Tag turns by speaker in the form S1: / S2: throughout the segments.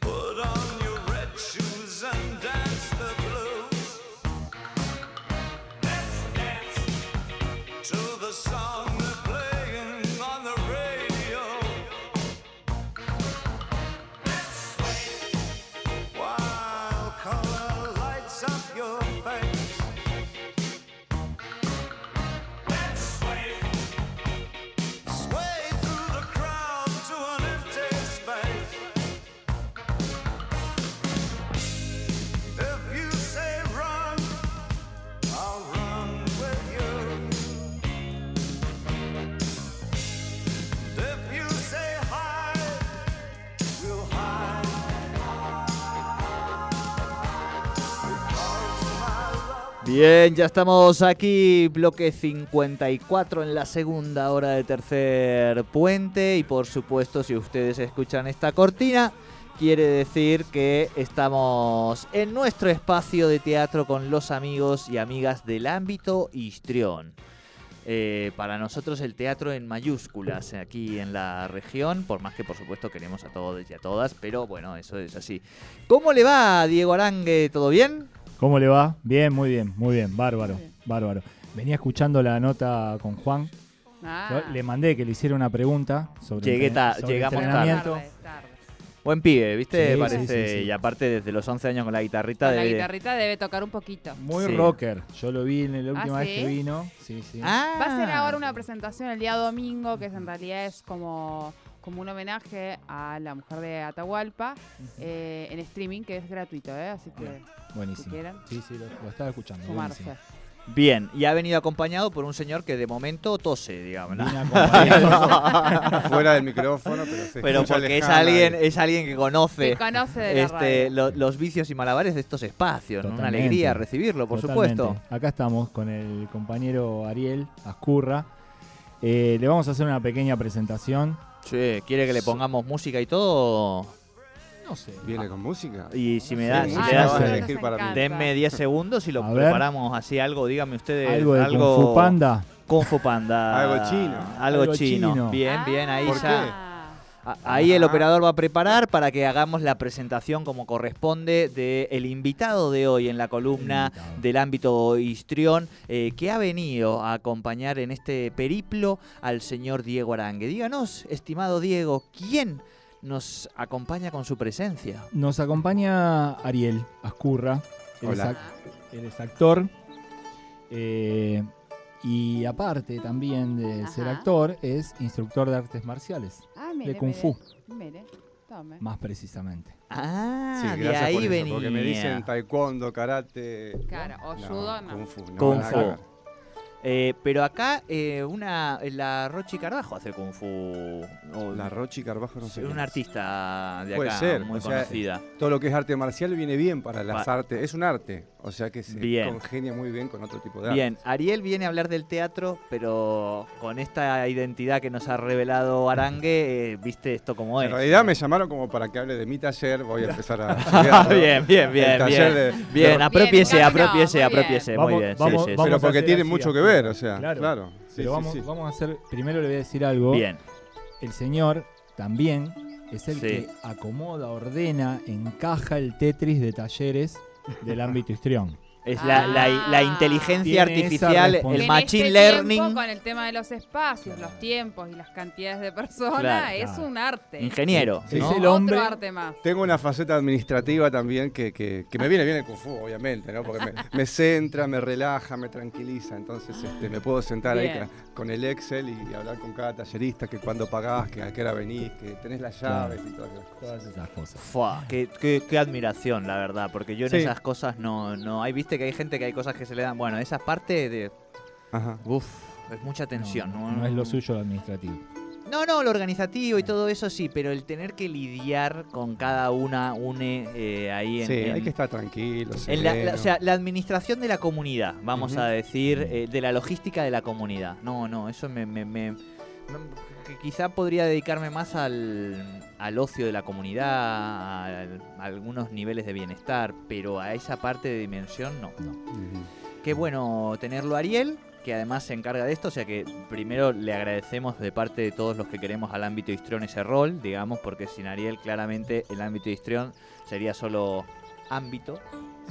S1: Put on your red shoes and dance the blues. Let's dance to the song they're playing on the radio. Let's sway while color lights up your face. Let's sway, sway through the crowd to an empty space. If you say run, I'll run with you. If you say hide, we'll hide.
S2: Bien, ya estamos aquí, bloque 54 en la segunda hora de tercer puente y por supuesto si ustedes escuchan esta cortina quiere decir que estamos en nuestro espacio de teatro con los amigos y amigas del ámbito histrión. Eh, para nosotros el teatro en mayúsculas aquí en la región, por más que por supuesto queremos a todos y a todas, pero bueno, eso es así. ¿Cómo le va Diego Arangue? ¿Todo bien?
S3: ¿Cómo le va? Bien, muy bien, muy bien, bárbaro, bárbaro. Venía escuchando la nota con Juan.
S4: Ah,
S3: Le mandé que le hiciera una pregunta sobre,
S2: Llegué ta-
S3: sobre
S2: llegamos
S3: entrenamiento.
S4: tarde, tarde.
S2: Buen pibe, ¿viste?
S3: Sí,
S2: Parece,
S3: sí, sí, sí.
S2: y aparte desde los 11 años con la guitarrita
S4: Con La
S2: de...
S4: guitarrita debe tocar un poquito.
S3: Muy
S2: Sí.
S3: rocker. Yo lo vi en la última vez
S4: ¿sí?
S3: que vino. Sí, sí.
S2: Ah.
S4: Va a ser ahora una presentación el día domingo, que es- en realidad es como, como un homenaje a la mujer de Atahualpa eh, en streaming, que es gratuito, ¿eh? así que si
S3: Buenísimo.
S4: quieren
S3: Sí, sí, lo, lo estaba escuchando. buenísimo.
S4: sumarse.
S2: Bien, y ha venido acompañado por un señor que de momento tose, digamos. ¿no?
S3: Vine acompañado.
S5: fuera del micrófono, pero se
S2: Pero
S5: escucha
S2: porque es
S5: lejana.
S2: alguien,
S3: eh.
S2: es alguien que conoce
S4: Que conoce de la
S2: este,
S4: radio.
S2: lo- los vicios y malabares de estos espacios. ¿no? Una
S3: Totalmente.
S2: alegría recibirlo, por
S3: Totalmente.
S2: supuesto.
S3: Acá estamos con el compañero Ariel Ascurra. Eh, le vamos a hacer una pequeña presentación.
S2: Che, ¿quiere que le pongamos música y todo?
S3: No sé.
S5: Viene con música.
S2: Y si me da,
S5: Sí,
S2: si
S4: Ah,
S5: música
S2: le das-
S5: vas a
S4: nosotros
S5: elegir
S4: nos
S5: para mí.
S4: encanta.
S2: denme 10 segundos y lo
S3: A ver.
S2: preparamos así algo, díganme ustedes.
S3: Algo de Kung Fu Panda.
S2: Kung Fu Panda.
S5: Algo chino.
S2: Algo,
S3: Algo
S2: chino.
S3: chino.
S2: Bien, bien,
S4: Ah,
S2: ahí
S5: ¿Por
S2: ya.
S5: qué?
S2: A- Ahí el
S5: Ajá.
S2: operador va a preparar para que hagamos la presentación como corresponde del invitado de hoy en la columna
S3: El invitado.
S2: del ámbito histrión eh, que ha venido a acompañar en este periplo al señor Diego Arangue. Díganos, estimado Diego, ¿quién nos acompaña con su presencia?
S3: Nos acompaña Ariel Ascurra. Él es
S5: Hola.
S3: ac- Él es actor. eh, y aparte también de ser
S4: Ajá.
S3: actor, es instructor de artes marciales,
S4: Ah, mire,
S3: de Kung
S4: mire,
S3: Fu,
S4: Mire, tome.
S3: más precisamente.
S2: Ah,
S5: Sí,
S2: de
S5: gracias
S2: ahí
S5: por eso,
S2: venía.
S5: Porque me dicen taekwondo, karate.
S4: Claro, o
S5: No,
S4: judo, no.
S5: Kung fu. no,
S2: Kung
S5: nada
S2: fu.
S5: que ver.
S2: Eh, pero acá eh, una la Rochi Carbajo hace kung fu. O-
S5: La Rochi Carbajo, no sé. qué
S2: una
S5: es.
S2: artista de
S5: Puede
S2: acá
S5: ser,
S2: muy
S5: o sea,
S2: conocida.
S5: Todo lo que es arte marcial viene bien para las
S2: Va-
S5: artes. Es un arte. O sea que se
S2: Bien.
S5: congenia muy bien con otro tipo de arte.
S2: Bien, Ariel viene a hablar del teatro, pero con esta identidad que nos ha revelado Arangue, eh, viste esto como es.
S5: En realidad me llamaron como para que hable de mi taller. Voy a empezar a.
S2: Ah,
S5: estudiarlo.
S2: bien, bien, bien,
S5: El
S2: bien.
S5: taller de-
S2: Bien, apropiese, apropiese,
S4: Bien, no, muy bien.
S2: apropiese, muy
S3: Vamos-
S2: bien. sí,
S3: vamos-
S2: sí, sí.
S3: vamos
S5: Pero
S3: a
S5: porque
S3: hacer
S5: tiene
S3: así,
S5: mucho
S3: así.
S5: que ver, o sea.
S3: Claro.
S5: Claro. Sí,
S3: Pero
S5: sí,
S3: vamos,
S5: sí.
S3: vamos a hacer, primero le voy a decir algo.
S2: Bien,
S3: El señor también es el
S2: Sí.
S3: que acomoda, ordena, encaja el Tetris de talleres del ámbito histrión.
S2: Es la, la- la
S4: Ah.
S2: inteligencia
S3: Tiene esa
S2: artificial, el
S3: responsabilidad.
S4: En
S2: machine
S4: este
S2: learning.
S4: tiempo, Con el tema de los espacios, los tiempos y las cantidades de personas,
S2: Claro,
S4: es
S3: claro.
S4: un arte.
S2: Ingeniero.
S3: Sí,
S2: ¿no?
S3: sí. el hombre-
S4: Otro arte más.
S5: Tengo una faceta administrativa también que, que- que me viene bien el Kung Fu, obviamente, ¿no? Porque me, me centra, me relaja, me tranquiliza. Entonces este, me puedo sentar ahí
S4: Bien.
S5: con, con el Excel y, y hablar con cada tallerista que cuando pagás, que a qué hora venís, que tenés las llaves y todas esas cosas.
S3: Todas esas cosas.
S2: Fua, qué, qué- qué admiración, la verdad, porque yo en
S5: Sí.
S2: esas cosas no, no. Hay, viste que hay gente que hay cosas que se le dan. Bueno, esa parte de.
S5: Ajá.
S2: Uf, es mucha tensión.
S3: No, no es lo suyo lo administrativo.
S2: No, no, lo organizativo y todo eso sí, pero el tener que lidiar con cada una une eh, ahí en.
S5: Sí, hay
S2: en-
S5: que estar tranquilo.
S2: en la- la-
S5: sereno.
S2: o sea, la administración de la comunidad, vamos
S5: Ujú.
S2: a decir, eh, de la logística de la comunidad. No, no, eso me. me- me- no, que quizá podría dedicarme más al, al ocio de la comunidad, al- a algunos niveles de bienestar, pero a esa parte de dimensión no.
S5: Ujú.
S2: Qué bueno tenerlo Ariel, que además se encarga de esto, o sea que primero le agradecemos de parte de todos los que queremos al ámbito histrión ese rol, digamos, porque sin Ariel claramente el ámbito histrión sería solo ámbito.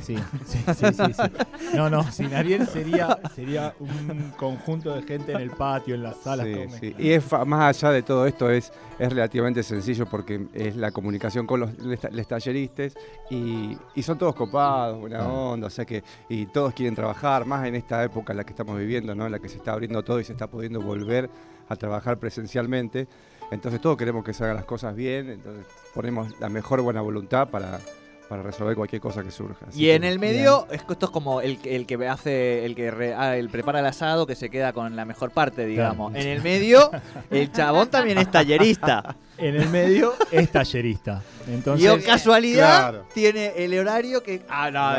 S3: Sí, sí, sí, sí, sí. No, no, sin Ariel sería, sería un conjunto de gente en el patio, en las salas.
S5: Sí,
S3: todo
S5: sí.
S3: mezclado.
S5: Y es, fa- más allá de todo esto, es, es relativamente sencillo porque es la comunicación con los, les- les talleristes y, y son todos copados,
S2: Ah.
S5: buena onda, o sea que y todos quieren trabajar, más en esta época en la que estamos viviendo, ¿no? en la que se está abriendo todo y se está pudiendo volver a trabajar presencialmente. Entonces todos queremos que se hagan las cosas bien, entonces ponemos la mejor buena voluntad para, para resolver cualquier cosa que surja. Así
S2: Y en
S5: que-
S2: el medio, es- esto es como el, que- el que hace, el que re- ah, el prepara el asado que se queda con la mejor parte, digamos. En el medio, el chabón también es tallerista.
S3: En el medio es tallerista. Entonces,
S2: y o casualidad,
S5: Claro.
S2: tiene el horario que. Ah, no,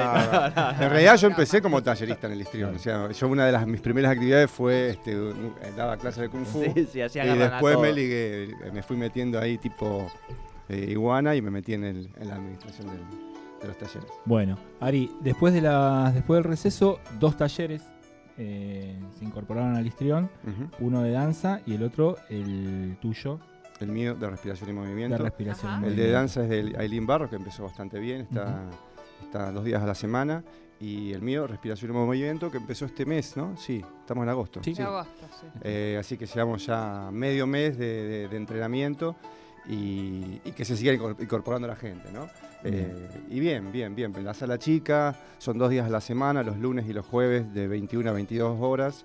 S5: No, no. En realidad yo empecé como tallerista en el histrión. O sea, yo una de las mis primeras actividades fue, este, un- daba clases de kung fu.
S2: Sí, sí, así
S5: y
S2: agarran a
S5: después me
S2: todos.
S5: ligué, me fui metiendo ahí tipo eh, iguana y me metí en, el- en la administración del- de los talleres.
S3: bueno, Ari, después, de la, después del receso, dos talleres eh, se incorporaron al histrión.
S5: Ujú.
S3: Uno de danza y el otro, el tuyo,
S5: El mío de respiración y
S3: de
S5: movimiento.
S3: respiración.
S4: Ajá.
S3: y
S5: El de
S3: movimiento.
S5: danza es de Aileen Barro, que empezó bastante bien, está, está dos días a la semana. Y el mío, respiración y movimiento, que empezó este mes, ¿no? Sí, estamos en agosto.
S3: Sí.
S4: De agosto, pues, sí.
S5: Eh, así que llevamos ya medio mes de, de- de entrenamiento y, y que se siga incor- incorporando la gente, ¿no? Eh, y bien, bien, bien. La sala chica, son dos días a la semana, los lunes y los jueves de 21 a 22 horas.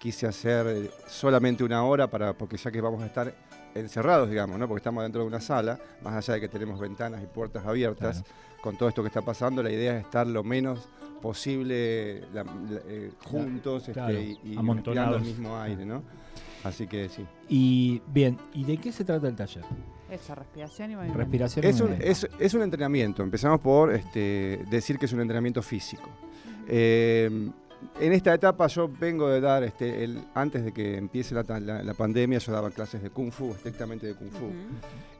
S5: Quise hacer eh, solamente una hora para, porque ya que vamos a estar encerrados, digamos, ¿no? Porque estamos dentro de una sala, más allá de que tenemos ventanas y puertas abiertas, con todo esto que está pasando, la idea es estar lo menos posible la- la- eh, juntos este,
S3: claro,
S5: y, y
S3: amontonados.
S5: respirando el mismo aire, ¿no? Así que sí.
S3: Y bien, ¿y de qué se trata el taller?
S4: Esa respiración y movimiento.
S3: Eh, Respiración. y
S5: Es un,
S3: movimiento.
S5: es, es un entrenamiento. Empezamos por este, decir que es un entrenamiento físico. Eh, en esta etapa yo vengo de dar, este, el, antes de que empiece la, ta- la- la pandemia, yo daba clases de kung fu, estrictamente de kung fu.
S4: Ujú.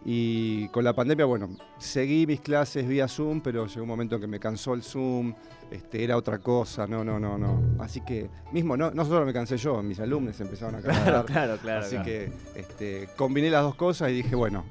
S5: Y con la pandemia, bueno, seguí mis clases vía Zoom, pero llegó un momento en que me cansó el Zoom, este, era otra cosa, no, no, no, no. Así que, mismo, no, no solo me cansé yo, mis alumnos empezaron a cansar.
S2: Claro, claro.
S5: Así
S2: claro.
S5: que este, combiné las dos cosas y dije, bueno,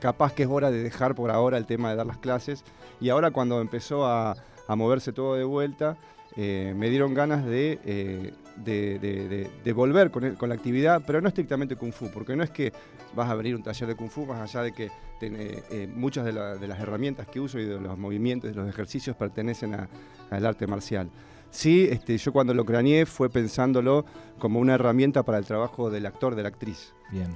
S5: capaz que es hora de dejar por ahora el tema de dar las clases. Y ahora cuando empezó a, a moverse todo de vuelta, eh, me dieron ganas de, eh, de- de- de- de volver con, el- con la actividad, pero no estrictamente Kung Fu, porque no es que vas a abrir un taller de Kung Fu, más allá de que ten- eh, eh, muchas de, la- de las herramientas que uso y de los movimientos, de los ejercicios pertenecen a- al arte marcial. Sí, este, yo cuando lo craneé fue pensándolo como una herramienta para el trabajo del actor, de la actriz.
S3: Bien.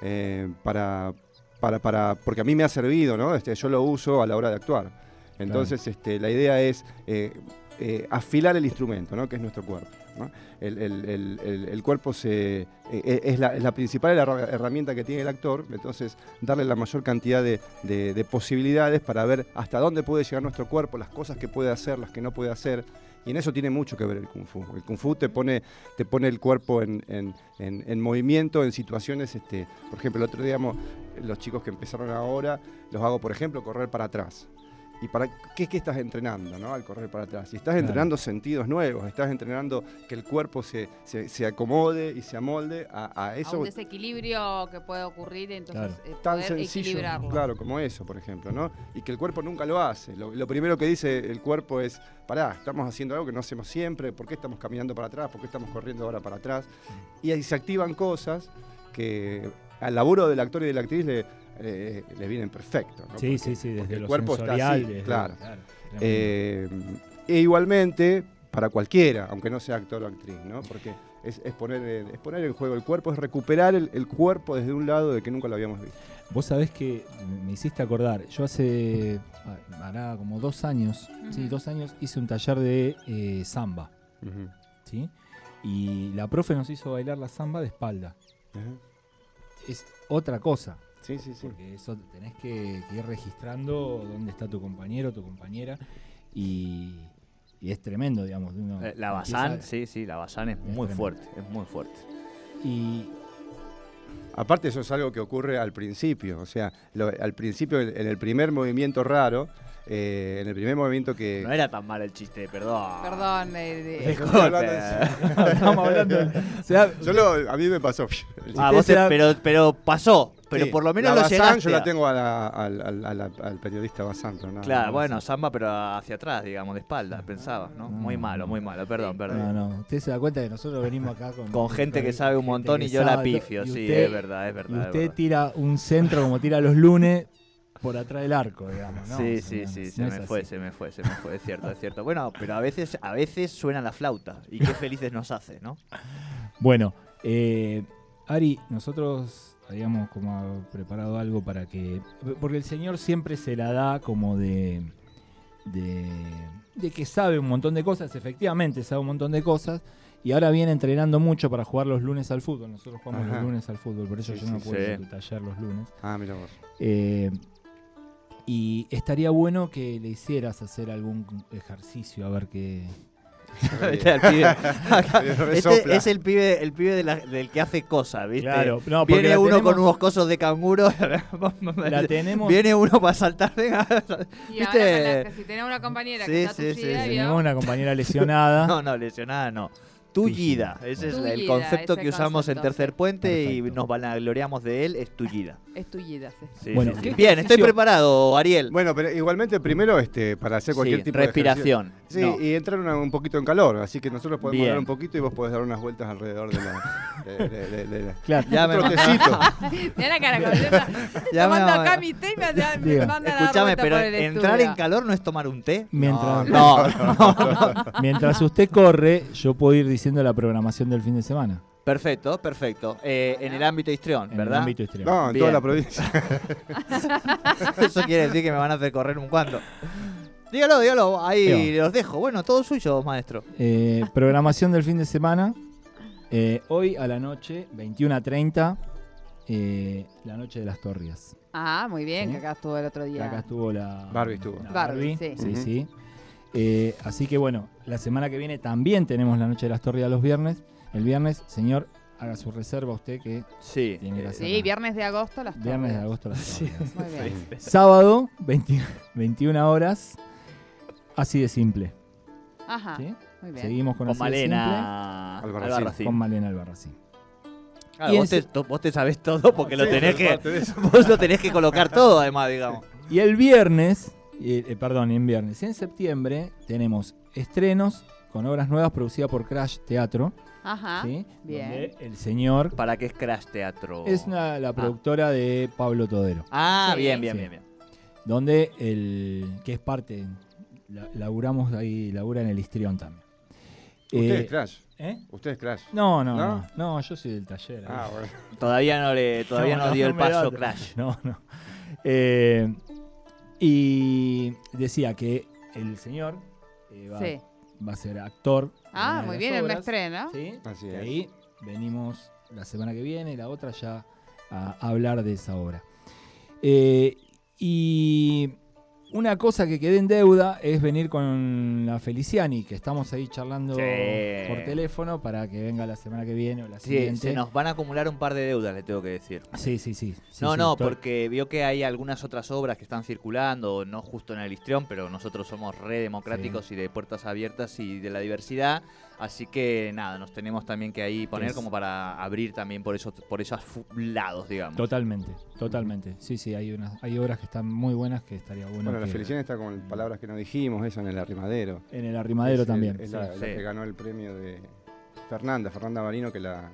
S5: eh, para, para, para, porque a mí me ha servido, ¿no? Este, yo lo uso a la hora de actuar. Entonces, este, la idea es eh, eh, afilar el instrumento, ¿no? Que es nuestro cuerpo. ¿no? El, el- el- el- el cuerpo se, eh, eh, es, la, es la principal herra- herramienta que tiene el actor, entonces darle la mayor cantidad de, de- de posibilidades para ver hasta dónde puede llegar nuestro cuerpo, las cosas que puede hacer, las que no puede hacer. Y en eso tiene mucho que ver el Kung Fu. El Kung Fu te pone, te pone el cuerpo en, en- en- en movimiento, en situaciones. Este, por ejemplo, el otro día mo- los chicos que empezaron ahora, los hago, por ejemplo, correr para atrás. ¿Y para qué es que estás entrenando ¿no? al correr para atrás? Si estás
S3: Claro.
S5: entrenando sentidos nuevos, estás entrenando que el cuerpo se, se- se acomode y se amolde a, a
S4: a
S5: eso
S4: un desequilibrio que puede ocurrir, entonces eh,
S5: tan
S4: poder
S5: sencillo,
S4: equilibrarlo.
S5: claro, como eso, por ejemplo, ¿no? Y que el cuerpo nunca lo hace. Lo, lo primero que dice el cuerpo es, pará, estamos haciendo algo que no hacemos siempre, ¿por qué estamos caminando para atrás? ¿Por qué estamos corriendo ahora para atrás?
S3: Mm.
S5: Y ahí se activan cosas que al laburo del actor y de la actriz le, eh, le vienen perfecto. ¿no?
S3: Sí, sí, sí, desde
S5: porque el
S3: lo
S5: cuerpo está
S3: sensorial,
S5: así,
S3: desde-
S5: claro.
S3: tremendo.
S5: Eh, e igualmente, para cualquiera, aunque no sea actor o actriz, ¿no? Porque es, es poner, en- es poner en juego el cuerpo, es recuperar el, el cuerpo desde un lado de que nunca lo habíamos visto.
S3: Vos sabés que me hiciste acordar, yo hace, ah, hará como dos años, sí,
S4: Ujú.
S3: dos años hice un taller de eh, samba, ¿sí? Y la profe nos hizo bailar la samba de espalda.
S5: Ajá.
S3: Es otra cosa,
S5: Sí, sí, sí.
S3: porque eso tenés que, que ir registrando dónde está tu compañero, tu compañera, y, y es tremendo, digamos. uno
S2: Eh, La
S3: empieza-
S2: Bazán, sí, sí, la Bazán es muy
S3: tremendo.
S2: fuerte, es muy fuerte.
S3: Y
S5: Aparte eso es algo que ocurre al principio, o sea, lo- al principio, en en el primer movimiento raro, eh, en el primer movimiento que...
S2: No era tan mal el chiste, perdón. Ah,
S4: Perdón, eh, de-
S5: Estoy
S2: disculpe.
S5: hablando en-
S3: estamos hablando... de- o sea,
S5: Yo lo- a mí me pasó. El
S2: Ah,
S5: chiste.
S2: vos te- pero, pero pasó, pero
S5: Sí,
S2: por lo menos
S5: la
S2: lo
S5: Bazán
S2: llenaste.
S5: Yo la tengo a la- al, al- a la- al periodista Bazán. pero nada,
S2: Claro,
S5: nada
S2: bueno,
S5: más.
S2: samba, pero hacia atrás, digamos, de espalda, pensaba, ¿no? Muy malo, muy malo, perdón, perdón.
S3: No, no, usted se da cuenta que nosotros venimos acá con...
S2: Con gente que sabe un montón y yo la pifio, sí, es verdad, es
S3: Y
S2: verdad. es
S3: usted
S2: verdad.
S3: tira un centro como tira los lunes por atrás del arco, digamos. ¿no?
S2: sí,
S3: O
S2: sí,
S3: sea, no,
S2: sí, se
S3: no es
S2: me
S3: así.
S2: fue, se me fue, se me fue, es cierto, es cierto. Bueno, pero a veces, a veces suena la flauta y qué felices nos hace, ¿no?
S3: Bueno, eh, Ari, nosotros habíamos como preparado algo para que... Porque el señor siempre se la da como de... De, de que sabe un montón de cosas, efectivamente sabe un montón de cosas, y ahora viene entrenando mucho para jugar los lunes al fútbol. Nosotros jugamos
S5: Ajá.
S3: los lunes al fútbol, por eso
S5: Sí,
S3: yo
S5: sí,
S3: no puedo ir a
S2: sí.
S3: tu taller los lunes.
S5: Ah, mira vos.
S3: Eh, y estaría bueno que le hicieras hacer algún ejercicio, a ver qué.
S2: Viste, al pibe. este
S5: resopla.
S2: es el pibe, el pibe de la- del que hace cosas, ¿viste?
S3: no, porque
S2: Viene
S3: la
S2: uno
S3: tenemos-
S2: con unos cosos de canguro.
S3: La tenemos,
S2: Viene uno para saltar.
S4: y
S2: ¿viste?
S4: ahora con la- que si tenés una compañera
S2: Sí,
S4: que está
S2: sí, sí,
S4: tuchida,
S2: sí,
S4: digamos,
S3: tenemos una compañera lesionada.
S2: No, no, lesionada no. Tullida. Ese es el
S4: Tullida,
S2: concepto
S4: ese
S2: que usamos en
S4: concepto,
S2: Tercer
S4: sí.
S2: Puente y
S3: Perfecto.
S2: nos vanagloriamos de él. Es tullida.
S4: es tullida. sí.
S2: Sí,
S3: Bueno,
S2: sí, sí.
S3: ¿qué
S2: bien, estoy preparado, Ariel.
S5: Bueno, pero igualmente primero este, para hacer cualquier
S2: Sí,
S5: tipo de ejercicio.
S2: respiración.
S5: Sí,
S2: No.
S5: y entrar una- un poquito en calor, así que nosotros podemos
S2: Bien.
S5: dar un poquito y vos podés dar unas vueltas alrededor de la... de- de- de- de la-
S3: Claro,
S2: Ya me
S5: Un trotecito.
S4: Mirá la cara, Gabriela, estoy
S2: Ya me
S4: tomando
S2: va-
S4: acá mi té y me, hace- me
S3: Diga.
S4: mandan a dar
S2: Escúchame,
S4: vuelta
S2: pero
S4: por el
S2: entrar
S4: estudio.
S2: en calor no es tomar un té.
S3: mientras,
S2: No,
S3: mientras usted corre, yo puedo ir diciendo la programación del fin de semana.
S2: perfecto, perfecto. Eh, en el ámbito histrión,
S3: En el
S2: ¿verdad?
S3: ámbito extremo.
S5: No, en toda
S2: Bien.
S5: la provincia.
S2: Eso quiere decir que me van a hacer correr un cuanto. Dígalo, dígalo, ahí
S3: Digo.
S2: los dejo. Bueno, todo suyo, maestro.
S3: Eh, programación del fin de semana. Eh, hoy a la noche, 21 a 30, eh, la noche de las torrias.
S4: Ah, muy bien,
S3: Sí.
S4: que acá estuvo el otro
S3: Que
S4: día.
S3: Acá estuvo la.
S5: Barbie estuvo.
S3: la
S4: Barbie, sí.
S3: Sí,
S5: Ujú.
S3: sí. Eh, así que bueno, la semana que viene también tenemos la noche de las torridas los viernes. El viernes, señor, haga su reserva usted que
S2: Sí. eh,
S3: tiene que hacer.
S4: Sí, viernes de agosto las
S3: Viernes de
S4: torres.
S3: agosto las torridas.
S4: Muy bien.
S3: Sábado, 20 21 horas. Así de simple.
S4: Ajá,
S3: ¿sí?
S4: muy Ah, bien.
S3: Seguimos con,
S2: Con
S3: así de
S2: Malena
S5: Albarracín.
S3: simple, Con Malena Albarracín.
S2: Claro,
S3: Y
S2: vos,
S3: en
S2: te, to- vos te sabés todo porque lo
S5: Sí,
S2: tenés
S5: es
S2: que.
S5: parte de eso.
S2: Vos lo tenés que colocar todo, además, digamos.
S3: Y el viernes, eh, eh, perdón, en viernes, en septiembre tenemos estrenos con obras nuevas producidas por Crash Teatro.
S4: Ajá.
S3: ¿sí?
S4: Ah, bien.
S3: Donde el señor
S2: ¿Para qué es Crash Teatro?
S3: es una- la productora de Pablo Todero.
S2: Ah,
S4: Sí.
S2: bien, bien,
S3: Sí.
S2: bien, bien.
S3: Donde el. que es parte. la- laburamos ahí, labura en el histrión también.
S5: Usted
S3: Eh,
S5: es Crash.
S3: ¿eh?
S5: Usted es Crash.
S3: No, no,
S5: ¿No?
S3: no, no, yo soy del taller.
S5: Ah, bueno.
S2: Todavía no le, todavía no,
S3: no,
S2: dio
S3: no
S2: el
S3: me da
S2: paso
S3: otra.
S2: Crash.
S3: No, no. Eh, y decía que el señor eh, va,
S4: Sí.
S3: va a ser actor. de una
S4: Ah,
S3: de
S4: muy
S3: las
S4: bien, en un
S3: obras,
S2: Ah.
S4: estreno. Eh,
S3: ¿sí?
S5: Así
S3: Y
S5: es.
S3: ahí venimos la semana que viene, la otra ya a hablar de esa obra. Eh, y una cosa que quedé en deuda es venir con la Feliciani, que estamos ahí charlando
S2: Sí.
S3: por teléfono para que venga la semana que viene o la
S2: Sí,
S3: siguiente.
S2: se nos van a acumular un par de deudas, le tengo que decir.
S3: Sí, sí, sí. sí,
S2: no,
S3: sí,
S2: no,
S3: estoy-
S2: porque vio que hay algunas otras obras que están circulando, no justo en el Istrión, pero nosotros somos re democráticos y de puertas abiertas y de la diversidad. Así que nada, nos tenemos también que ahí poner
S3: es-
S2: como para abrir también por esos, por esos fu- lados, digamos.
S3: Totalmente, totalmente. Sí, sí, hay unas, hay obras que están muy buenas que estaría bueno.
S5: Bueno, la
S3: que-
S5: Feliciana está con palabras que no dijimos, eso en el arrimadero.
S3: En el arrimadero
S5: Es el-
S3: también.
S5: Es
S3: sí.
S5: la, la
S2: Sí.
S5: que ganó el premio de Fernanda, Fernanda Marino, que la.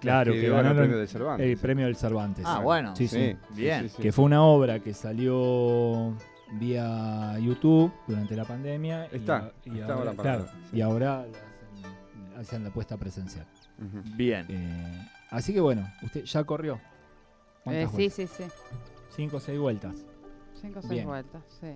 S3: Claro,
S5: que
S3: que
S5: ganó el
S3: ganaron
S5: premio de Cervantes.
S3: El premio del Cervantes.
S2: Ah, bueno.
S3: Sí, sí.
S2: bien.
S3: Que fue una obra que salió vía YouTube durante la pandemia. y
S5: Está,
S3: a- y,
S5: está
S3: ahora,
S5: la palabra,
S3: claro,
S5: sí.
S3: y ahora la hacen, hacen la puesta presencial.
S5: Ujú.
S2: Bien.
S3: Eh, así que bueno, usted ya corrió. ¿Cuántas
S4: Eh, sí,
S3: vueltas?
S4: sí, sí.
S3: Cinco o seis vueltas.
S4: Cinco o seis
S3: Bien.
S4: vueltas, sí.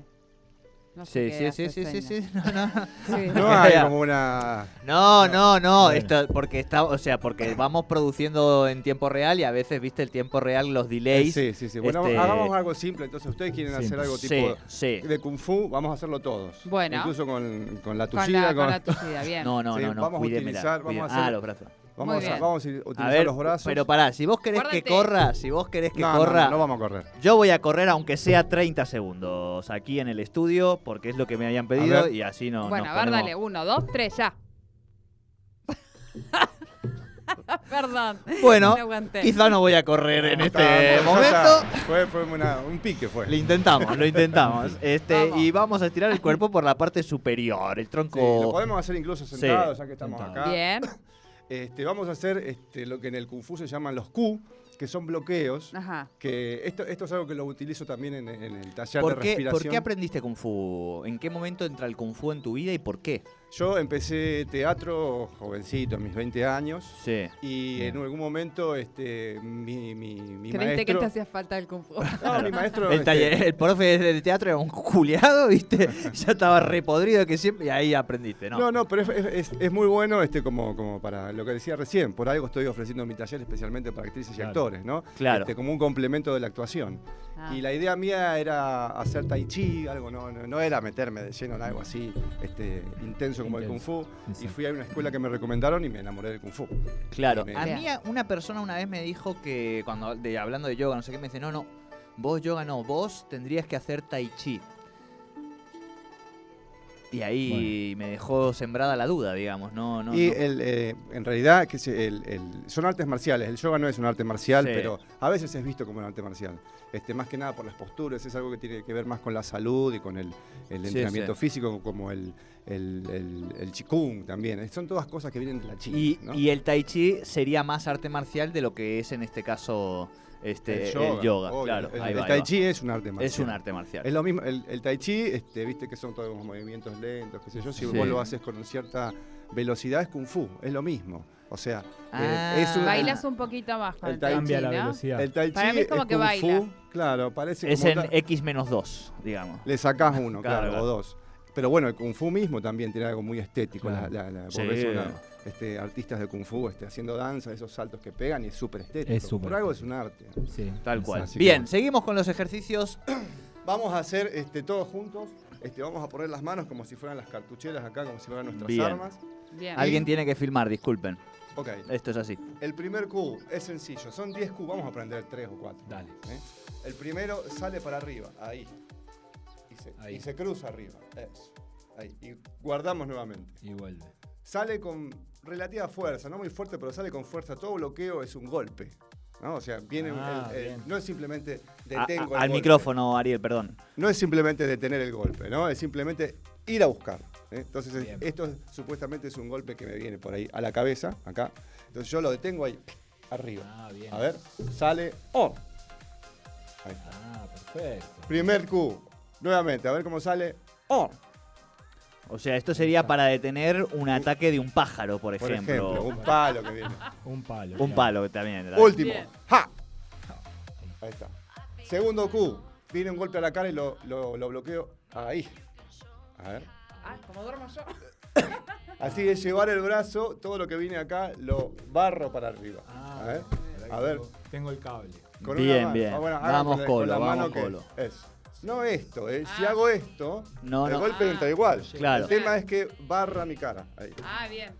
S4: No
S2: Sí,
S4: sé
S2: sí,
S4: qué
S2: sí,
S4: hace
S2: sí, sí,
S4: señas.
S2: sí. No, no.
S4: Sí.
S5: No hay como una.
S2: No, no, no,
S3: Bueno.
S2: esto- porque está, o sea, porque vamos produciendo en tiempo real y a veces, viste, el tiempo real, los delays.
S5: Sí, sí, sí. Bueno,
S2: Este-
S5: hagamos algo simple. Entonces, ustedes quieren hacer
S3: Simple.
S5: algo tipo
S2: sí, sí.
S5: de Kung Fu, vamos a hacerlo todos.
S4: Bueno.
S5: Incluso con, con la
S4: Con la,
S5: tullida.
S4: con
S5: con-
S4: la tucida, bien.
S2: No, no,
S5: Sí,
S2: no, no.
S5: vamos a
S2: cuídemela,
S5: utilizar- vamos a
S2: cuídemela. Ah,
S5: hacer-
S2: los brazos.
S5: Vamos,
S4: Muy
S5: a,
S4: bien.
S5: vamos a utilizar
S2: A ver,
S5: los brazos.
S2: pero pará, si vos querés que
S4: Guárdate.
S2: corra, si vos querés que
S5: no, no,
S2: corra,
S5: no, no vamos a correr.
S2: yo voy a correr aunque sea 30 segundos aquí en el estudio, porque es lo que me habían pedido
S5: ver.
S2: y así no.
S4: bueno,
S2: nos
S4: a ver,
S2: ponemos-
S4: dale. Uno, dos, tres, ya. Perdón.
S2: Bueno,
S4: no aguanté.
S2: Quizá no voy a correr en
S5: No,
S2: este
S5: está, no, ya
S2: momento.
S5: está. Fue, fue una- un pique, fue.
S2: Lo intentamos, lo intentamos. Este,
S4: Vamos.
S2: y vamos a estirar el cuerpo por la parte superior, el
S5: Sí, lo
S2: tronco.
S5: podemos hacer incluso sentados, ya que estamos
S3: Sentado.
S5: acá.
S4: Bien.
S5: Este, vamos a hacer este, lo que en el Kung Fu se llaman los Q, que son bloqueos.
S4: Ajá.
S5: Que esto, esto es algo que lo utilizo también en, en el taller
S2: ¿Por
S5: de
S2: qué,
S5: respiración.
S2: ¿Por qué aprendiste Kung Fu? ¿En qué momento entra el Kung Fu en tu vida y por qué?
S5: Yo empecé teatro jovencito, a mis 20 años.
S2: Sí.
S5: Y
S3: Bien.
S5: en algún momento este, mi, mi, mi
S4: Creíste
S5: maestro...
S4: que te hacía falta el kung fu.
S5: No, mi maestro...
S2: El,
S5: este,
S2: taller- el profe de teatro era un juliado, ¿viste? Ya estaba repodrido que siempre. Y ahí aprendiste, ¿no?
S5: No, no, pero es, es- es- es muy bueno este, como, como para lo que decía recién. Por algo estoy ofreciendo mi taller especialmente para actrices y
S3: Claro.
S5: actores, ¿no?
S2: Claro.
S5: Este, como un complemento de la actuación.
S4: Ah,
S5: Y la idea mía era hacer tai chi, algo, no, no, no era meterme de lleno en algo así este, intenso como el kung fu.
S3: Intenso,
S5: Y
S3: Exacto.
S5: fui a una escuela que me recomendaron y me enamoré del kung fu.
S2: Claro.
S5: Me-
S2: A
S4: Bien.
S2: mí a- una persona una vez me dijo que, cuando de- hablando de yoga, no sé qué, me dice, no, no, vos yoga no, vos tendrías que hacer tai chi. Y ahí me dejó sembrada la duda, digamos, no, no.
S5: y
S2: no.
S5: el, eh, en realidad que se- el- el- son artes marciales. El yoga no es un arte marcial,
S2: Sí.
S5: pero a veces es visto como un arte marcial. Este, más que nada por las posturas, es algo que tiene que ver más con la salud y con el, el
S2: Sí,
S5: entrenamiento
S2: sí.
S5: físico, como el, el, el- el chikung también. Es- Son todas cosas que vienen de la China.
S2: Y,
S5: ¿no?
S2: y el tai chi sería más arte marcial de lo que es en este caso este, el yoga.
S5: obvio.
S2: claro,
S5: El,
S2: ahí
S5: el
S2: va, ahí
S5: tai
S2: va.
S5: chi es un arte marcial.
S2: Es un arte marcial.
S5: Es lo mismo, el, el tai chi, este, viste que son todos unos movimientos lentos, qué sé yo, si vos
S2: Sí.
S5: lo haces con cierta velocidad es kung fu, es lo mismo. O sea, eh,
S2: Ah.
S5: es un-
S4: Bailas un poquito más con
S5: El
S4: el,
S5: tai-
S4: tai chi,
S3: Cambia la
S4: ¿no?
S3: velocidad.
S5: el tai chi
S4: Para mí es como que
S5: kung
S4: baila.
S5: fu, claro, parece
S2: es
S5: como
S2: en
S5: ta-
S2: X-2, digamos.
S5: le sacás uno, claro,
S2: Claro.
S5: o dos. Pero bueno, el kung fu mismo también tiene algo muy estético, la- la- la- vos
S2: Sí.
S5: ves una- este, artistas de kung fu este, haciendo danza, esos saltos que pegan y es súper estético.
S3: Es súper
S5: Por algo es un arte.
S3: Sí,
S2: Tal cual.
S5: Así que
S2: Bien,
S5: bueno.
S2: seguimos con los ejercicios.
S5: Vamos a hacer este, todos juntos, este, vamos a poner las manos como si fueran las cartucheras acá, como si fueran nuestras
S2: Bien.
S5: armas.
S4: Bien.
S2: Alguien tiene que filmar, disculpen.
S5: Ok,
S2: Esto es así.
S5: el primer Q es sencillo, son 10 Q, vamos a aprender 3 o 4.
S3: Dale.
S5: El primero sale para arriba, ahí. Y se,
S3: Ahí.
S5: y se cruza arriba, eso. Ahí. Y guardamos nuevamente.
S3: Y vuelve.
S5: Sale con relativa fuerza, no muy fuerte, pero sale con fuerza. Todo bloqueo es un golpe. ¿no? O sea, viene un-
S3: Ah,
S5: el- el-
S3: bien.
S5: no es simplemente
S2: A- a-
S5: detengo el golpe.
S2: al micrófono, Ariel, perdón.
S5: No es simplemente detener el golpe, ¿no? Es simplemente ir a buscar. ¿eh? Entonces, es-
S3: Bien.
S5: esto es- supuestamente es un golpe que me viene por ahí, a la cabeza, acá. Entonces yo lo detengo ahí, arriba.
S3: Ah, bien.
S5: A ver, sale. ¡Oh! Ahí está.
S3: Ah, perfecto.
S5: Primer Q. Nuevamente, a ver cómo sale. ¡Oh!
S2: O sea, esto sería para detener un ataque de un pájaro, por
S5: Por
S2: ejemplo.
S5: ejemplo, un palo que viene.
S3: Un palo.
S2: un
S3: claro.
S2: palo también. ¿verdad?
S5: Último.
S4: Bien.
S5: ¡Ja! Ahí está. Segundo Q. Viene un golpe a la cara y lo, lo- lo bloqueo ahí. A ver.
S4: Ah, como duermo yo.
S5: Así es llevar el brazo, todo lo que viene acá lo barro para arriba.
S3: Ah,
S5: a ver,
S3: espera que
S5: a ver.
S3: tengo- Tengo el cable.
S5: Con
S2: Bien,
S5: una mano.
S2: bien.
S5: Ah, bueno, hagan
S2: Vamos
S5: con la-
S2: colo,
S5: con la
S2: vamos
S5: mano que-
S2: colo.
S5: Eso. No esto, eh, si hago esto,
S2: No,
S5: el
S2: no.
S5: golpe
S4: Ah.
S5: entra igual.
S2: Claro.
S5: El tema es que barra mi cara. Ahí.
S4: Ah, bien.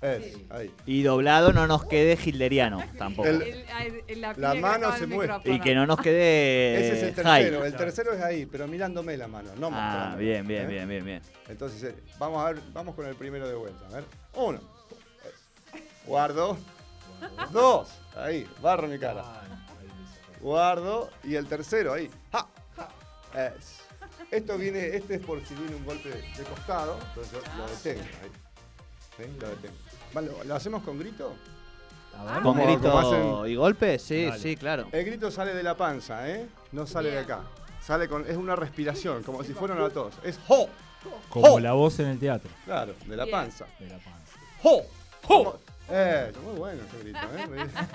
S5: Es,
S4: Sí.
S5: ahí.
S2: Y doblado no nos quede hilderiano tampoco.
S5: El-
S4: el- el- la
S5: la
S4: piel que
S5: mano
S4: estaba
S5: se
S4: en el
S5: mueve.
S4: micrófono.
S2: Y que no nos
S5: Ese es
S2: quede
S5: el
S2: high.
S5: tercero. El tercero es ahí, pero mirándome la mano, no
S2: Eh, Ah,
S5: mostrando.
S2: bien, bien,
S5: ¿eh?
S2: bien, bien, bien.
S5: Entonces, eh, vamos a ver, vamos con el primero de vuelta. A ver. Uno. Guardo. Dos. Ahí, barro mi cara. Guardo. Y el tercero, ahí. ¡Ja! ¡Ja! Es. Esto viene, este es por si viene un golpe de costado, entonces yo lo detengo ahí. ¿Sí? Lo detengo. Vale, ¿Lo hacemos con grito?
S4: Ah.
S2: Con
S5: Como-
S2: grito
S5: como hacen- Eh,
S2: y golpe, sí,
S3: Dale.
S2: sí, claro.
S5: El grito sale de la panza, ¿eh? No sale de acá. Sale con, es una respiración, como si fuera una tos. Es ho,
S3: Como
S5: ¡Oh!
S3: la voz en el teatro
S5: claro, de la
S4: Bien.
S5: panza.
S3: de la panza.
S5: ¡Jo! ¡Jo! Eh, muy bueno ese grito,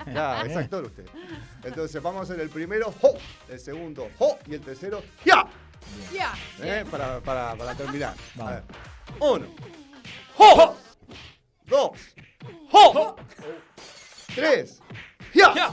S5: ¿eh? Ya, es actor usted. Entonces vamos a hacer el primero, ¡jo! El segundo, ¡jo! Y el tercero, ¡ya!
S4: Ya.
S5: ¿Eh? Para, para, para terminar. A
S3: Vamos.
S5: ver. Uno. ¡Jo! Dos. ¡Jo! Tres. ¡Ya!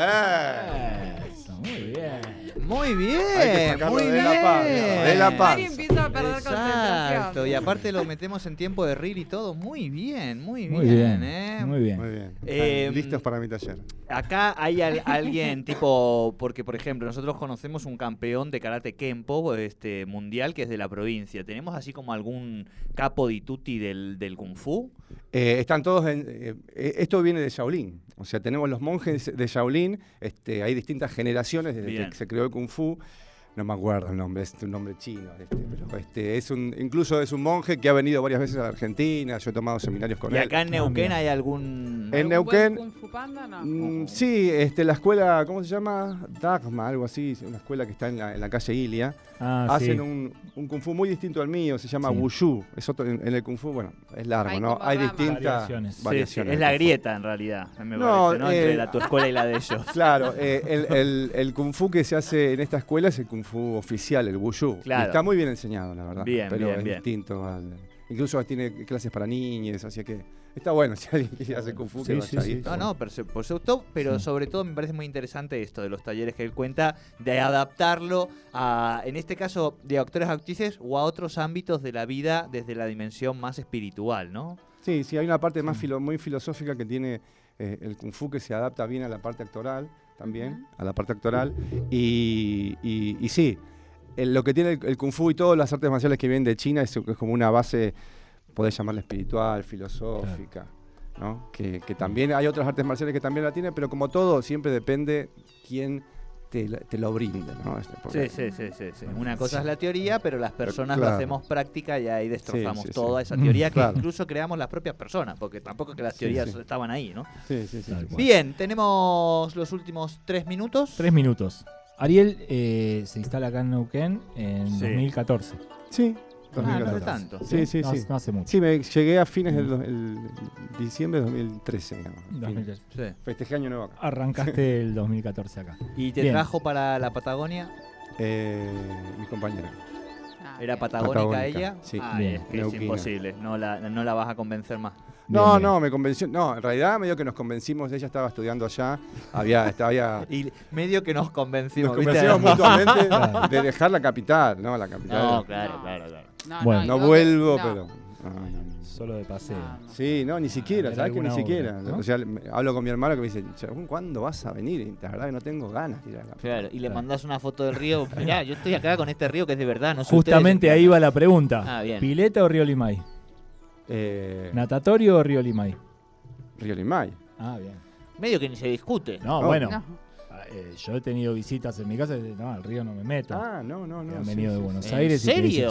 S5: ¡Eh!
S3: Eso, muy bien.
S2: Muy
S5: Hay que
S2: bien,
S5: sacarlo
S2: muy
S5: de
S2: bien.
S5: la panza, de la
S4: Mari
S5: panza.
S4: empieza a perder
S2: Exacto,
S4: concentración.
S2: y aparte lo metemos en tiempo de reel y todo. Muy bien, muy bien.
S3: Muy bien.
S2: ¿eh?
S3: Muy bien. Em,
S5: Muy bien.
S2: Eh,
S5: Listos para mi taller.
S2: Acá hay al- alguien tipo, porque por ejemplo, nosotros conocemos un campeón de karate Kenpo este, mundial que es de la provincia. ¿Tenemos así como algún capo di tutti del, del Kung Fu?
S5: Eh, están todos en. eh, eh, esto viene de Shaolin. O sea, tenemos los monjes de Shaolin. Este, hay distintas generaciones desde
S2: Bien.
S5: que se creó el Kung Fu. No me acuerdo el nombre, es un nombre chino. este, pero este, es un, incluso es un monje que ha venido varias veces a la Argentina. Yo he tomado seminarios con
S2: y
S5: él.
S2: acá en
S3: Ah,
S2: Neuquén
S3: mira.
S2: hay algún...
S5: En
S4: ¿Algún buen
S5: Neuquén-
S4: Kung Fu Panda? No.
S5: Mm, sí, este, la escuela, ¿cómo se llama? Dagma, algo así. es Una escuela que está en la, en la calle Ilia.
S3: Ah,
S5: Hacen
S3: sí.
S5: un, un Kung Fu muy distinto al mío, se llama
S3: Sí.
S5: Wushu. Es otro, en, en el Kung Fu, bueno, es largo,
S4: Hay
S5: ¿no?
S4: como
S5: Hay
S4: ramas.
S5: distintas
S3: Variaciones. Sí, sí,
S2: Sí, sí,
S5: variaciones
S2: es
S5: del
S2: la
S5: Kung Fu.
S2: grieta en realidad, me
S5: No,
S2: parece, ¿no? Entre
S5: eh,
S2: la, tu escuela y la de ellos.
S5: Claro, eh, el, el- el kung fu que se hace en esta escuela es el kung fu oficial, el wushu. Y
S2: Claro.
S5: Está muy bien enseñado, la verdad.
S2: Bien,
S5: pero
S2: bien,
S5: es
S2: bien.
S5: distinto al- Incluso tiene clases para niños, así que está bueno si alguien quiere hacer kung fu.
S3: Sí,
S5: que
S3: sí,
S5: vaya
S3: sí.
S5: ahí.
S2: No, no, por, su- por supuesto, pero
S3: Sí.
S2: sobre todo me parece muy interesante esto de los talleres que él cuenta, de adaptarlo a, en este caso, de actores, actrices o a otros ámbitos de la vida desde la dimensión más espiritual, ¿no?
S5: Sí, sí, hay una parte más filo- muy filosófica que tiene eh, el kung fu que se adapta bien a la parte actoral también, a la parte actoral. Y, y- y sí, el- lo que tiene el, el kung fu y todas las artes marciales que vienen de China es, es como una base, podés llamarla espiritual, filosófica. ¿no? Que, que también hay otras artes marciales que también la tienen, pero como todo, siempre depende quién te, la- te lo brinde. ¿no? Este, porque-
S2: Sí, sí, sí, sí, sí. Una cosa es la teoría, pero las personas lo
S5: claro.
S2: hacemos práctica y ahí destrozamos
S5: Sí, sí, sí.
S2: toda esa teoría que
S5: Claro.
S2: incluso creamos las propias personas, porque tampoco es que las
S5: Sí,
S2: teorías
S5: sí.
S2: estaban ahí, ¿no?
S5: sí, sí, sí,
S3: Tal
S5: sí.
S3: cual.
S2: Bien, tenemos los últimos tres minutos.
S3: Tres minutos. Ariel eh, se instala acá en Neuquén en
S2: Sí.
S3: 2014.
S5: Sí,
S2: Ah, no hace
S5: 2014.
S2: tanto.
S5: Sí, sí,
S3: no,
S5: sí.
S3: no hace mucho.
S5: Sí, me llegué a fines del do- el- diciembre de 2013. digamos. Fin.
S3: 2013.
S2: Sí.
S5: Festejé año nuevo acá.
S3: Arrancaste el 2014 acá.
S2: ¿Y te
S3: Bien.
S2: trajo para la Patagonia?
S5: Eh, mi compañera.
S4: Ah,
S2: ¿Era
S4: bien.
S2: patagónica,
S5: Patagónica,
S2: ella?
S5: sí.
S2: Ah,
S3: Bien.
S2: es que es
S5: Neuquina.
S2: imposible. No la, no la vas a convencer más.
S5: No,
S3: Bien, bien.
S5: no, me convenció. No, en realidad medio que nos convencimos. Ella estaba estudiando allá. Había, estaba, había
S2: Y medio que nos convencimos.
S5: nos
S2: ¿viste?
S5: convencimos mutuamente de dejar la capital, ¿no? La
S2: No,
S5: capital.
S2: claro,
S4: No.
S2: claro, claro.
S4: No,
S3: Bueno.
S4: y
S5: No
S4: luego-
S5: vuelvo,
S4: no,
S5: pero. no, no, no.
S3: Solo de paseo.
S2: Ah.
S4: no, no.
S5: Sí, no, ni siquiera,
S3: era
S5: ¿sabes que ni
S3: alguna
S5: siquiera?
S3: obra, ¿no?
S5: O sea, me- hablo con mi hermano que me dice, "Chabón, ¿cuándo vas a venir? Y la verdad que no tengo ganas de ir a la capital.
S2: Claro, Y le mandás una foto del río. Mirá, yo estoy acá con este río que es de verdad. No sé
S3: Justamente
S2: ustedes.
S3: ahí va la pregunta.
S2: Ah, bien.
S3: ¿Pileta o Río Limay?
S5: Eh,
S3: ¿Natatorio o Río Limay?
S5: Río Limay.
S3: Ah, bien.
S2: Medio que ni se discute.
S3: No,
S5: No.
S3: bueno.
S4: No.
S3: Ah, eh, yo he tenido visitas en mi casa y dicen, no, al río no me meto.
S5: Ah, no, no,
S3: Que
S5: no.
S3: han
S5: sí,
S3: venido
S5: sí,
S3: de
S5: sí.
S3: Buenos
S2: ¿En
S3: Aires y te
S2: serio?
S3: dicen,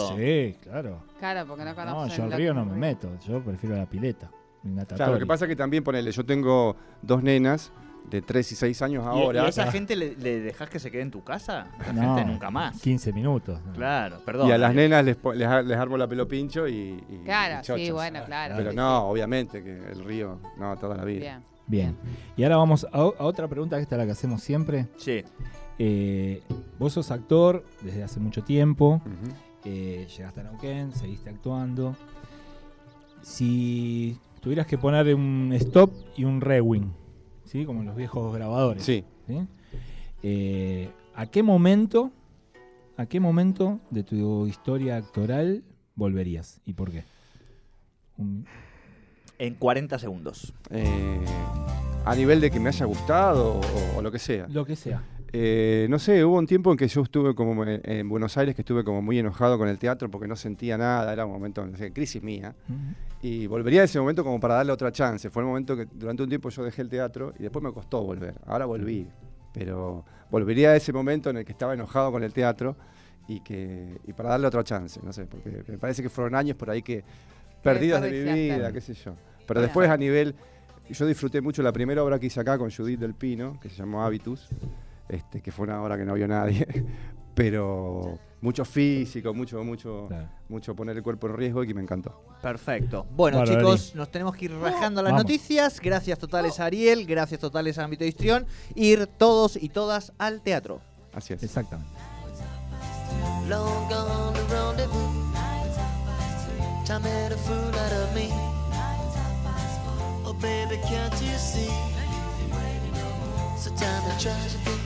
S3: sí, claro.
S4: Claro, porque no
S3: No,
S4: conocen
S3: yo al
S4: la-
S3: río no me meto. Yo prefiero la pileta. el
S5: Claro, lo
S3: natatorio.
S5: que pasa es que también, ponele, yo tengo dos nenas de 3 y 6 años
S2: ¿Y- ¿Y,
S5: ahora.
S2: a esa gente le, le dejás que se quede en tu casa? La
S3: No.
S2: gente nunca más.
S3: 15 minutos. ¿no?
S2: Claro, perdón. eh,
S5: Y a las
S2: Daniel.
S5: nenas les, po- les, ar- les armo la pelo pincho y, y- y
S4: Claro, sí,
S5: chochas.
S4: bueno, claro.
S5: Pero
S4: Ah, sí,
S5: no, obviamente que el río, no, toda la
S4: sí.
S5: vida.
S4: Bien.
S3: Bien. Y ahora vamos a, o- a otra pregunta, que esta es la que hacemos siempre.
S2: Sí.
S3: Eh, vos sos actor desde hace mucho tiempo.
S5: Ujú.
S3: eh, llegaste a Neuquén, seguiste actuando. Si tuvieras que poner un stop y un rewind, ¿sí? Como en los viejos grabadores.
S5: Sí.
S3: ¿sí? Eh, ¿A qué momento ¿a qué momento de tu historia actoral volverías y por qué? Un-
S2: En 40 segundos.
S5: Eh, a nivel de que me haya gustado o, o lo que sea.
S3: lo que sea.
S5: Eh, no sé, hubo un tiempo en que yo estuve como en, en Buenos Aires, que estuve como muy enojado con el teatro porque no sentía nada, era un momento, no sé, crisis mía. Y volvería a ese momento como para darle otra chance. Fue el momento que durante un tiempo yo dejé el teatro y después me costó volver. Ahora volví, pero volvería a ese momento en el que estaba enojado con el teatro y, que, y para darle otra chance, no sé, porque me parece que fueron años por ahí que perdidos de mi
S4: desperdiciaste.
S5: vida, qué sé yo. Pero
S4: Claro.
S5: después a nivel, yo disfruté mucho la primera obra que hice acá con Judith del Pino, que se llamó Habitus, este, que fue una obra que no vio nadie, pero mucho físico, mucho, mucho,
S3: Claro.
S5: mucho poner el cuerpo en riesgo y que me encantó.
S2: Perfecto. Bueno,
S3: Bueno,
S2: chicos, nos tenemos que ir rajando las
S3: Vamos.
S2: noticias. Gracias totales a Ariel, gracias totales a Ámbito Histrión. Ir todos y todas al teatro.
S5: Así es.
S3: Exactamente.
S6: Long gone the rendezvous. Time made a fool out of me. Oh, baby, can't you see? So time to try to be